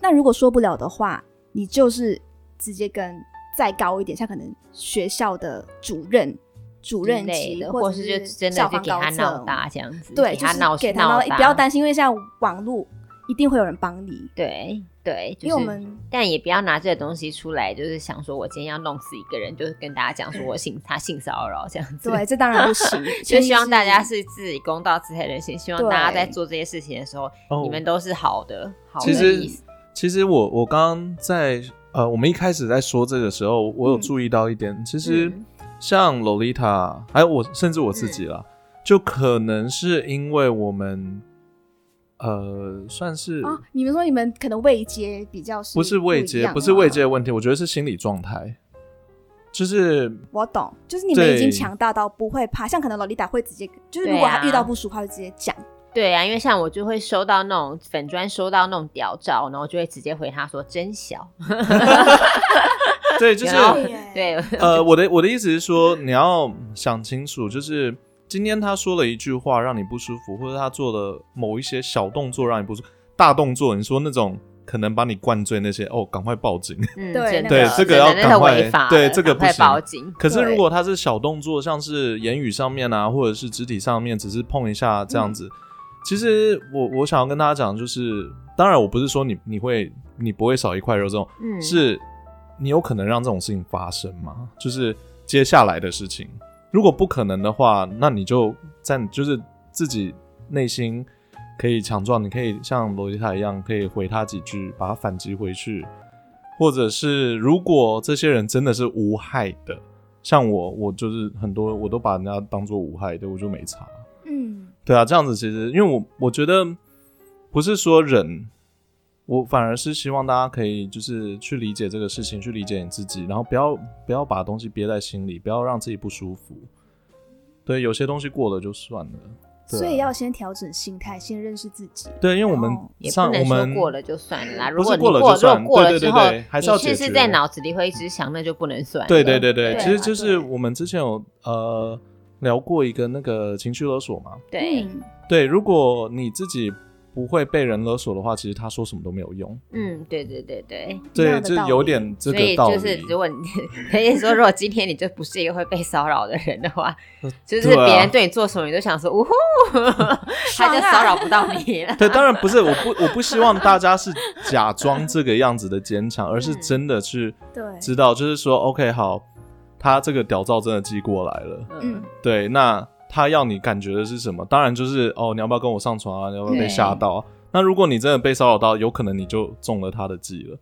S1: 那如果说不了的话，你就是直接跟再高一点，像可能学校的主任、主
S2: 之
S1: 任
S2: 类
S1: 级，
S2: 的，
S1: 或
S2: 或
S1: 者
S2: 是就真的
S1: 校
S2: 就
S1: 方
S2: 给
S1: 高
S2: 他闹
S1: 层
S2: 大这样子，
S1: 对，
S2: 给
S1: 就
S2: 他
S1: 是
S2: 闹
S1: 给他
S2: 闹
S1: 闹，
S2: 大，
S1: 不要担心，因为现在网络一定会有人帮你，
S2: 对对，就
S1: 因为我
S2: 是。
S1: 们
S2: 但也不要拿这个东西出来，就是想说我今天要弄死一个人，就是跟大家讲说我性他性骚扰这样子。，
S1: 对，这当然不行
S2: [laughs] 就希望
S1: 前提
S2: 大家是自己公道自在人心，希望
S1: 对
S2: 大家在做这些事情的时候，
S3: 哦
S2: 你们都是好的，好的
S3: 其
S2: 意
S3: 实
S2: 思。
S3: 其实我我刚刚在呃，我们一开始在说这个时候，我有
S1: 嗯
S3: 注意到一点，其实
S2: 嗯
S3: 像洛丽塔，还有我，甚至我自己啦，就可能是因为我们呃，算是
S2: 哦
S1: 啊，你们说你们可能位阶比较是
S3: 不是位
S1: 一
S3: 阶，
S1: 样啊
S3: 不是
S1: 吗
S3: 位阶，的问题，我觉得是心理状态，就是
S1: 我懂，就是你们已经
S3: 对
S1: 强大到不会怕，像可能洛丽塔会直接，就是
S2: 对
S1: 如果
S2: 啊
S1: 她遇到不舒服，她就直接讲，
S2: 对啊，因为像我就会收到那种粉砖，收到那种屌照，然后我就会直接回他说真小。
S3: 对，就是
S2: 然后
S1: 对耶
S2: 对，
S3: 呃，我的我的意思是说，你要想清楚，就是今天他说了一句话让你不舒服，或者他做了某一些小动作让你不舒服，大动作，你说那种可能把你灌醉那些，哦，赶快报警。 [laughs]
S2: 嗯，
S1: 对
S2: 真的
S1: 对这
S3: 个要
S2: 真的那
S3: 赶
S2: 个
S3: 快
S2: 违法了，
S3: 对这个
S2: 赶快
S3: 不行
S2: 报警。
S3: 可是
S1: 对
S3: 如果他是小动作，像是言语上面啊，或者是肢体上面，只是碰一下这样
S1: 嗯
S3: 子，其实我我想要跟大家讲，就是当然我不是说你你会你不会少一块肉这种，
S2: 嗯，
S3: 是你有可能让这种事情发生吗？就是接下来的事情，如果不可能的话，那你就在就是自己内心可以强壮，你可以像罗吉塔一样，可以回他几句，把他反击回去，或者是如果这些人真的是无害的，像我，我就是很多我都把人家当做无害的，我就没差。
S1: 嗯，
S3: 对啊，这样子其实，因为我我觉得不是说忍，我反而是希望大家可以就是去理解这个事情，去理解你自己，然后不要不要把东西憋在心里，不要让自己不舒服。对，有些东西过了就算了。对啊
S1: 所以要先调整心态，先认识自己，
S3: 对，因为我们
S1: 哦
S2: 也不
S3: 上我
S2: 能说
S3: 们
S2: 过了就算了啦。
S3: 不
S2: 如果
S3: 是
S2: 你
S3: 过了就
S2: 如果
S3: 算，
S2: 过了
S3: 对
S2: 之
S3: 对
S2: 后，
S3: 对对，还是要
S2: 你
S3: 解
S2: 是
S3: 决。
S2: 在脑子里会一直想，那就不能算了。
S3: 对对对对，
S2: 对
S3: 其实
S2: 啊
S3: 就是
S1: 对
S3: 我们之前有呃聊过一个那个情绪勒索嘛，
S2: 对，
S1: 嗯
S3: 对，如果你自己不会被人勒索的话，其实他说什么都没有用。
S2: 嗯，对对对对。
S1: 一
S3: 对，
S1: 样的
S3: 就
S1: 道
S3: 有
S1: 理
S3: 点
S2: 所
S3: 这个
S2: 以
S3: 道理。
S2: 就是，如果你可以说，如果今天你就不是一个会被骚扰的人的话
S3: [laughs] 呃，
S2: 就是
S3: 对啊
S2: 别人对你做什么，你都想说呜呼，他就
S1: 爽啊
S2: 骚扰不到
S1: [laughs]
S2: 你了。
S3: [laughs] 对，当然不是，我不我不希望大家是假装这个样子的坚强，而是
S2: 嗯
S3: 真的去
S1: 对，
S3: 知道，就是说，OK，好，他这个屌照真的寄过来了，
S1: 嗯，
S3: 对，那他要你感觉的是什么？当然就是哦，你要不要跟我上床啊？你要不要被
S2: 对
S3: 吓到啊？那如果你真的被骚扰到，有可能你就中了他的计了。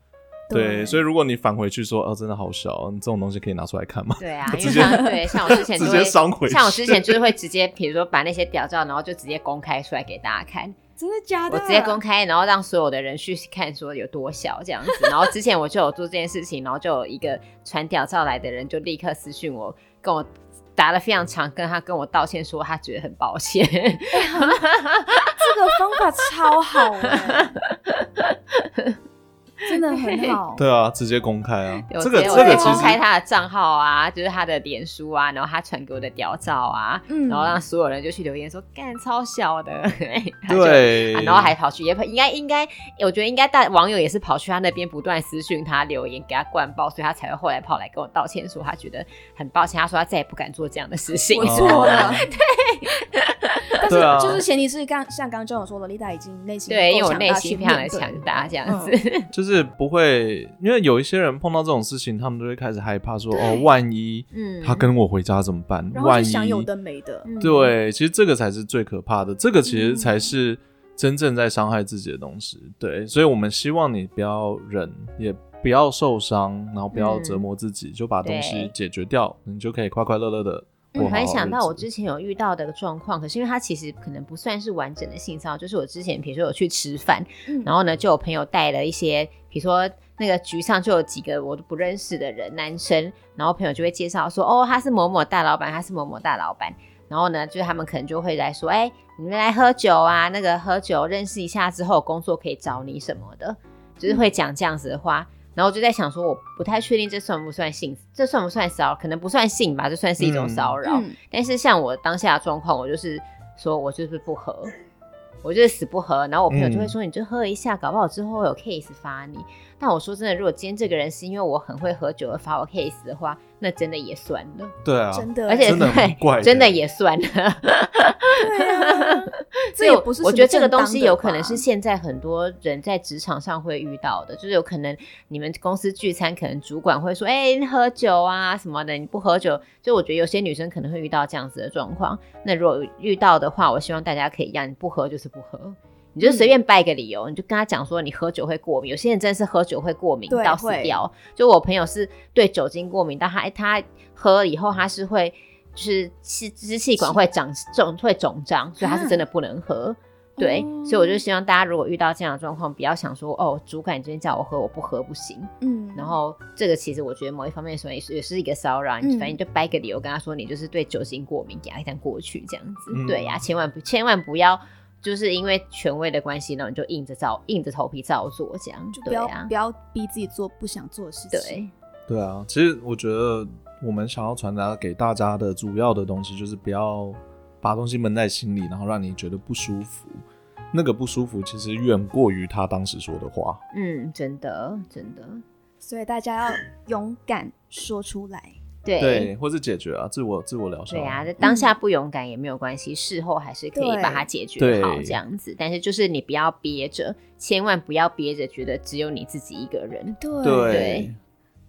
S3: 对，所以如果你返回去说，哦，真的好小，你这种东西可以拿出来看吗？
S2: 对啊，因
S3: 直
S2: 为
S3: 接
S2: 像对像我之前就
S3: 直
S2: 会
S3: 接伤回去。
S2: 像我之前就是会直接，比如说把那些屌照，然后就直接公开出来给大家看，
S1: 真的假的？
S2: 我直接公开，然后让所有的人去看说有多小这样子。然后之前我就有做这件事情，然后就有一个传屌照来的人就立刻私讯我，跟我打了非常长，跟他跟我道歉说他觉得很抱歉。
S1: 欸
S2: [laughs]
S1: 这个方法超好哎、真的很好。
S3: 对啊，直接公开啊，
S2: 对我
S3: 这个
S2: 直接
S3: 这
S2: 我
S3: 个
S2: 直接
S3: 其
S2: 公开
S3: 实
S2: 他的账号啊，就是他的脸书啊，然后他传给我的屌照啊，
S1: 嗯
S2: 然后让所有人就去留言说干超小的， [laughs] 他就
S3: 对
S2: 啊，然后还跑去也应该应该，我觉得应该大网友也是跑去他那边不断私讯他留言给他灌爆，所以他才会后来跑来跟我道歉，说他觉得很抱歉，他说他再也不敢做这样的事情
S1: 我
S2: 了。
S1: 错了，但
S3: 对啊
S1: 是就是前提是刚像刚刚我说的，丽达已经内心嗯
S2: [laughs] 对，
S1: 够
S2: 因为我
S1: 强
S2: 内
S1: 大
S2: 心
S1: 去
S2: 非常的
S1: 面对
S2: 强大，这样子。
S3: 就是不会，因为有一些人碰到这种事情，他们都会开始害怕说，哦，万一
S2: 嗯
S3: 他跟我回家怎么办？
S1: 然后
S3: 万
S1: 就
S3: 一
S1: 想有的没的，
S2: 嗯，
S3: 对，其实这个才是最可怕的，这个其实才是真正在伤害自己的东西。对，所以我们希望你不要忍，也不要受伤，然后不要折磨自己，就把东西
S2: 对
S3: 解决掉，你就可以快快乐乐的
S2: [laughs] 我
S3: 过好好
S2: 还
S3: 日
S2: 想到我
S3: 子
S2: 之前有遇到的状况，可是因为它其实可能不算是完整的性骚扰，就是我之前比如说有去吃饭，
S1: 嗯
S2: 然后呢就有朋友带了一些，比如说那个局上就有几个我都不认识的人，男生，然后朋友就会介绍说，哦，他是某某大老板，他是某某大老板，然后呢就是他们可能就会来说，哎、你们来喝酒啊，那个喝酒认识一下之后，工作可以找你什么的，就是会讲这样子的话。然后我就在想说，我不太确定这算不算性，这算不算骚扰？可能不算性吧，这算是一种
S3: 嗯
S2: 骚扰。
S1: 嗯
S2: 但是像我当下的状况，我就是说我就是不喝，我就是死不喝。然后我朋友
S3: 嗯
S2: 就会说，你就喝一下，搞不好之后会有 case 发你。但我说真的，如果今天这个人是因为我很会喝酒而发我 case 的话，那真的也算了，
S3: 对啊，
S1: 真的，
S2: 而且
S3: 真的很怪
S2: 对，
S3: 的
S2: 真的也算了。
S1: 对
S2: [laughs]
S1: 啊这
S2: 所以
S1: 也
S2: 我
S1: 不是
S2: 我
S1: 什
S2: 觉
S1: 么
S2: 得这个
S1: 正当
S2: 东西
S1: 的啊
S2: 有可
S1: 吧
S2: 能是现在很多人在职场上会遇到的，就是有可能你们公司聚餐，可能主管会说：“哎、喝酒啊什么的，你不喝酒。”就我觉得有些女生可能会遇到这样子的状况。那如果遇到的话，我希望大家可以一样，你不喝就是不喝。你就
S1: 嗯
S2: 随便掰一个理由，你就跟他讲说你喝酒会过敏。有些人真的是喝酒会过敏
S1: 对
S2: 到死
S1: 会
S2: 掉。就我朋友是对酒精过敏，但他他喝了以后他是会就是支支气管会长肿会肿胀，所以他是真的不能喝。对，
S1: 啊哦
S2: 所以我就希望大家如果遇到这样的状况，不要想说哦，主管今天叫我喝，我不喝不行。
S1: 嗯，
S2: 然后这个其实我觉得某一方面说也是也是一个骚扰，
S1: 嗯
S2: 你反正就掰个理由跟他说你就是对酒精过敏，给他一张过去这样子。
S3: 嗯
S2: 对呀、千万不千万不要就是因为权威的关系，然后你就硬着照硬着头皮照做这样
S1: 就。不
S2: 对
S1: 要
S2: 呀、
S1: 不要逼自己做不想做的事情，
S2: 对，
S3: 对啊，其实我觉得我们想要传达给大家的主要的东西，就是不要把东西闷在心里，然后让你觉得不舒服。那个不舒服其实远过于他当时说的话。
S2: 嗯，真的真的，
S1: 所以大家要勇敢说出来。
S2: 对
S3: 对，或是解决啊，自我自我疗伤。
S2: 对啊，，当下不勇敢也没有关系，事后还是可以把它解决好
S3: 对
S2: 这样子。但是就是你不要憋着，千万不要憋着，觉得只有你自己一个人。
S1: 对
S3: 对
S2: 对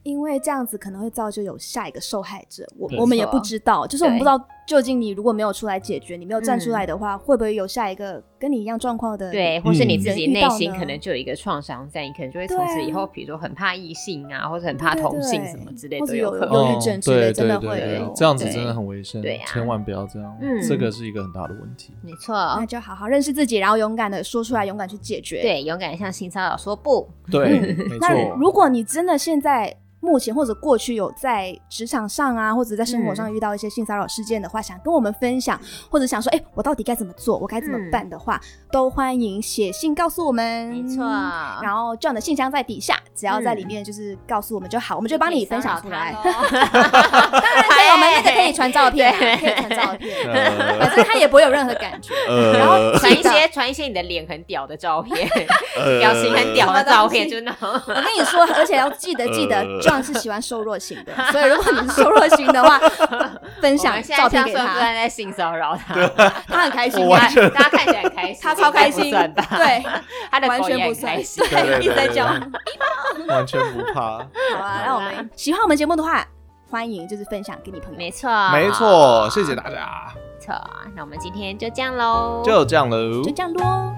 S1: 因为这样子可能会造就有下一个受害者，我
S3: 没
S1: 我们也
S2: 错
S1: 不知道，就是我们
S2: 对
S1: 不知道究竟你如果没嗯有出来解决，你没有站出来的话，会不会有下一个跟你一样状况的？
S2: 对，或是你
S3: 嗯
S2: 自己
S1: 人遇
S2: 内
S1: 到
S2: 心
S1: 呢
S2: 可能就有一个创伤在，你可能就会
S1: 对
S2: 从此以
S1: 啊
S2: 后，比如说很怕异性啊，或者很怕
S1: 对对
S2: 同性
S1: 对
S2: 什么之类
S1: 或
S2: 都
S1: 者
S2: 有
S1: 有
S2: 可
S1: 忧
S2: 能。
S1: 郁
S3: 哦
S1: 症之
S3: 对
S1: 类真的
S3: 对
S1: 会
S3: 对
S2: 有
S3: 这样子
S2: 对
S3: 真的很危险，
S2: 对啊
S3: 千万不要这样，
S2: 嗯
S3: 这个是一个很大的问题。
S2: 没错
S1: 那，就好好认识自己，然后勇敢的说出来，勇敢去解决。，
S2: 对，勇敢向性骚扰说不。
S3: 对，没
S1: 那
S3: 错。
S1: 嗯 [laughs] 如果你真的现在目前或者过去有在职场上啊，或者在生活上遇到一些性骚扰事件的话，想跟我们分享，或者想说，哎、我到底该怎么做，我该怎么办的话，都欢迎写信告诉我们。
S2: 没错，
S1: 嗯然后 John 的信箱在底下，只要在里面就是告诉我们就好，我们就帮你分享出来。
S2: 当然
S1: 对，我们那个可以传照片 [laughs] 啊，可以传照片，
S3: 呃
S1: 反正他也不会有任何感觉。然后
S3: 呃
S2: [laughs] 传一
S1: 记得
S2: 些传一些你的脸很屌的照片，
S3: 呃
S2: 表情很屌的照片，
S1: 什
S2: 就那种。
S1: 我跟你说，而且要记得记得
S3: 呃
S1: ，John 是喜欢瘦弱型的，所以如果你是瘦弱型的话，分
S2: 我
S1: 享
S2: 们现在
S1: 照
S2: 这
S1: 片
S2: 样
S1: 给
S2: 算不
S1: 他，
S2: 算在性骚扰他？
S1: 他很开心
S3: 我
S1: 啊
S3: [laughs] 完，全
S2: 大家看起来很开心，
S1: [laughs] 他超开心，
S2: 应该不算吧？
S1: 对，
S2: 他的
S1: 完
S2: 狗也
S1: 全不
S2: 很
S1: 算，
S2: 开心。
S3: 对
S2: [laughs]
S3: 对
S1: 对，一直在
S3: 对
S1: 叫。
S3: 完全不
S1: [laughs]
S3: 怕。
S1: 好啊，让我们喜欢我们节目的话，欢迎就是分享给你朋友。
S2: 没错，
S3: 没错，谢谢大家，
S1: 啊
S2: 没错。那我们今天就这样喽，
S3: 就这样喽，
S1: 就这样喽，